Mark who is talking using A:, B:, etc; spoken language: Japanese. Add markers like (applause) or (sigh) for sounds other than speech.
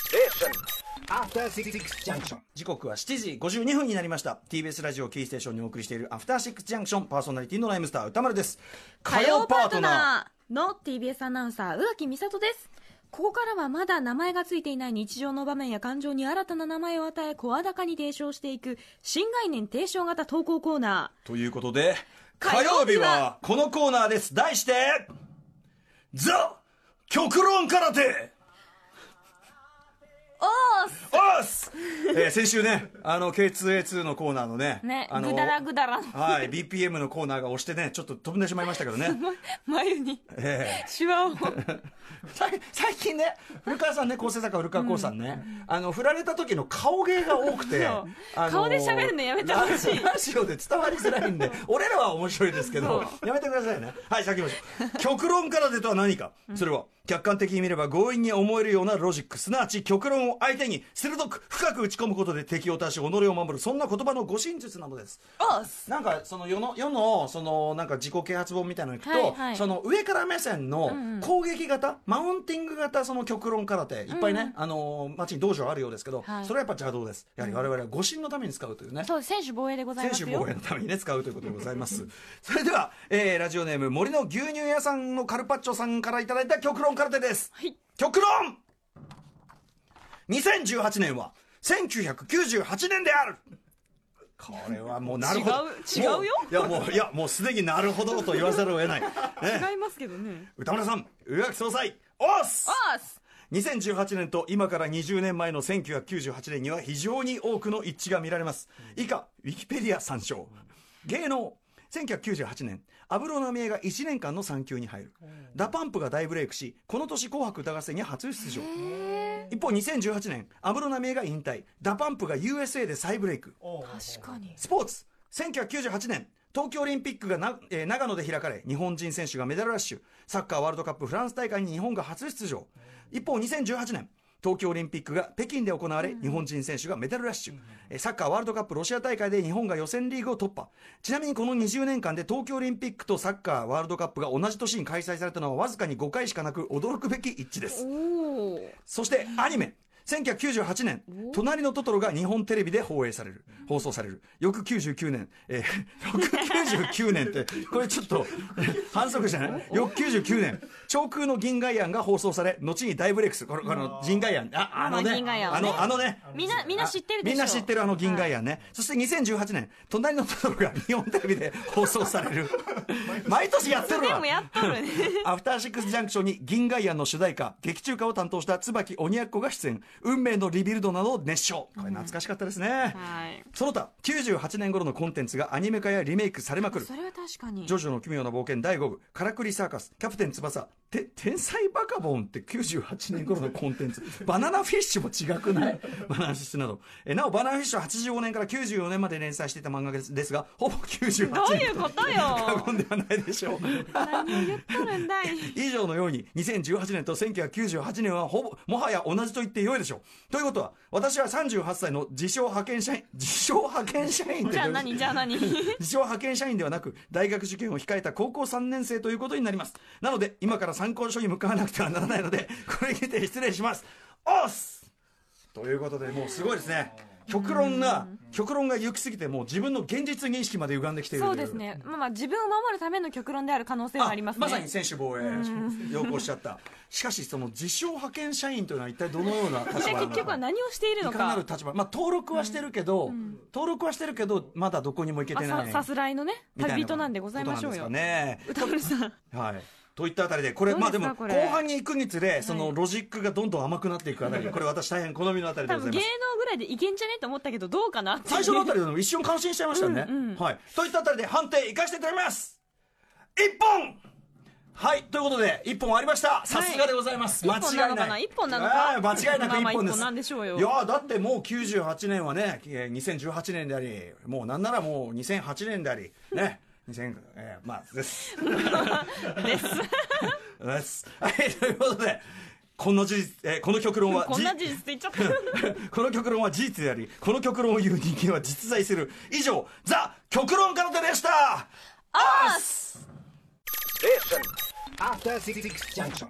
A: Station.
B: After Six Junction.
C: 時刻は7時52分になりました TBS ラジオキーステーションにお送りしている「アフターシックスジャンクション」パーソナリティのライムスター歌丸です
D: 火曜パートナーの TBS アナウンサー宇垣美里ですここからはまだ名前がついていない日常の場面や感情に新たな名前を与え声高に提唱していく新概念提唱型投稿コーナ
C: ーということで火
D: 火
C: 曜
D: 曜
C: 日
D: 日
C: は
D: は
C: このコーナーです題して「ザ極論空手」
D: ーおー
C: おっす、えー先週ねあの K2A2 のコーナーのね
D: ね
C: あの
D: ぐだらぐだらの
C: はい BPM のコーナーが押してねちょっと飛んでしまいましたけど
D: (laughs)
C: ね、
D: 眉に
C: えー
D: シワを
C: さい (laughs) 最近ね古川さんね構成作家古川光さんね、あの振られた時の顔芸が多くて、
D: そう
C: あの
D: 顔で喋るのやめてほしい
C: ラ (laughs) ラジオで伝わりづらいんで俺らは面白いですけどやめてくださいねはい先ましょう (laughs) 極論からでとは何か、それは客観的に見れば強引に思えるようなロジックすなわち極論を相手に鋭く深く打ち込むことで敵を倒し己を守るそんな言葉の護身術なのです
D: おーす
C: なんかその世の世のそのなんか自己啓発本みたいなのに行くと、
D: はいはい
C: その上から目線の
D: んうん
C: 攻撃型、マウンティング型その極論空手いっぱいね、あのー街に道場あるようですけど、
D: はい
C: それはやっぱ邪道ですやはり我々は護身のために使うというね、
D: (laughs) そう選手防衛でござ
C: 選
D: います
C: 手
D: よ
C: 防衛のためにね使うということでございます (laughs) それでは、えーラジオネーム森の牛乳屋さんのカルパッチョさんからいただいた極論空手です
D: はい
C: 極論2018年は1998年であるこれはもうなるほど
D: 違う
C: も
D: 違うよ
C: いやもういやもうすでになるほどと言わざるを
D: (laughs)
C: 得ない、ね、
D: 違いますけどね
C: 歌村さん宇垣総裁おっす
D: おーす
C: 2018年と今から20年前の1998年には非常に多くの一致が見られます以下ウィキペディア参照芸能1998年安室奈美恵が1年間の産休に入るダパンプが大ブレイクしこの年「紅白歌合戦」に初出場一方2018年安室奈美恵が引退ダパンプが USA で再ブレイク
D: 確かに
C: スポーツ1998年東京オリンピックがな、えー長野で開かれ日本人選手がメダルラッシュサッカーワールドカップフランス大会に日本が初出場一方2018年東京オリンピックが北京で行われ、日本人選手がメダルラッシュ、えーサッカーワールドカップロシア大会で日本が予選リーグを突破ちなみにこの20年間で東京オリンピックとサッカーワールドカップが同じ年に開催されたのはわずかに5回しかなく驚くべき一致です
D: おー
C: そしてアニメ。1998年、隣のトトロが日本テレビで放映される、放送される。翌99年、えー、99年
D: (laughs)
C: って、これちょっと、 (laughs) 反則じゃない翌99年、長空の銀河庵が放送され、後に大ブレイクする。この、この銀河庵、あ、あのね、
D: まあ銀河庵ね
C: あの、あのね、
D: みんなみんな知ってるでしょ
C: みんな知ってるあの銀河屋ね、そして2018年隣のトトロが日本テレビで放送され
D: (laughs)
C: る毎年やってる
D: で
C: わ
D: もやっとるね
C: アフターシックスジャンクションに銀河屋の主題歌劇中歌を担当した椿鬼奴が出演運命のリビルドなどを熱唱これ懐かしかったですね、
D: (laughs) はい
C: その他98年頃のコンテンツがアニメ化やリメイクされまくる
D: それは確かに
C: ジョジョの奇妙な冒険第5部、カラクリサーカス、キャプテン翼、て天才バカボンって98年頃のコンテン
D: (laughs)
C: ツ、バナナフィッシュも違くないバナナフィッシュなど。えなお、バナナフィッシュは85年から94年まで連載していた漫画ですですが、ほぼ98年。
D: どういうこと
C: 過
D: よ
C: (laughs) 言ではないでしょう。
D: 何を言っとるんだい
C: 以上のように2018年と1998年はほぼもはや同じと言ってよいでしょうということは私は38歳の自称派遣社員自称派遣社 (laughs) 員って
D: じゃあ
C: どういうこと
D: 何じゃあ何
C: 自称派遣社員ではなく大学受験を控えた高校3年生ということになりますなので今から参考書に向かわなくてはならないのでこれにて失礼しますおっすということでもうすごいですね極論が極論が行き過ぎてもう自分の現実認識まで歪んできている
D: そ
C: という
D: ですね、まあ、まあ自分を守るための極論である可能性はありますね
C: さに選手防衛要項しちゃ
D: (laughs)
C: ったしかしその自称派遣社員というのは一体どのような立場
D: じ
C: な
D: ゃ
C: の
D: あ
C: か
D: 結局は何をしているの
C: いかな
D: か
C: る立場まあ登録はしてるけど、登録はしてるけどまだどこにも行け
D: あ
C: てな
D: さ
C: い
D: さすらいのね
C: みたい
D: 旅人なんでございましょうよ
C: ことなんですかね
D: 歌丸さん
C: はい。といったあたりで、これ、
D: どう
C: ま
D: で
C: あ
D: す
C: で
D: か
C: も、後
D: これ
C: 半に行くにつれ、そのロジックがどんどん甘くなっていくあ
D: (laughs)
C: たり、これ私大変好みのあたりで
D: 多
C: ござ
D: 分
C: いま
D: 芸能
C: す。
D: ぐらいでいけんじゃねえと思ったけどどうかなって
C: 最初のあたりでも一瞬感心しちゃいましたね。
D: うんうん
C: はい。といったあたりで判定いかしていただきます一本はい。ということで、一本ありました。さすがでございます。
D: 一本
C: 間違い
D: なのか
C: な。
D: ない一本なのか
C: ああ間違いなく
D: まあ
C: 一
D: まあ
C: 本です。
D: 一本なんでしょうよ
C: いやーだってもう98年はね、えー2018年であり、もうなんならもう2008年であり、ね。2000、えーまあ、です。(laughs)
D: (laughs)
C: です。はい、ということで、この事実、えーこの極論は、
D: こんな
C: じ
D: 事実言っちゃった
C: (laughs) この極論は事実であり、この極論を言う人間は実在する。以上、ザ・極論空手でした
D: あー
A: Station.
B: After Six Junction.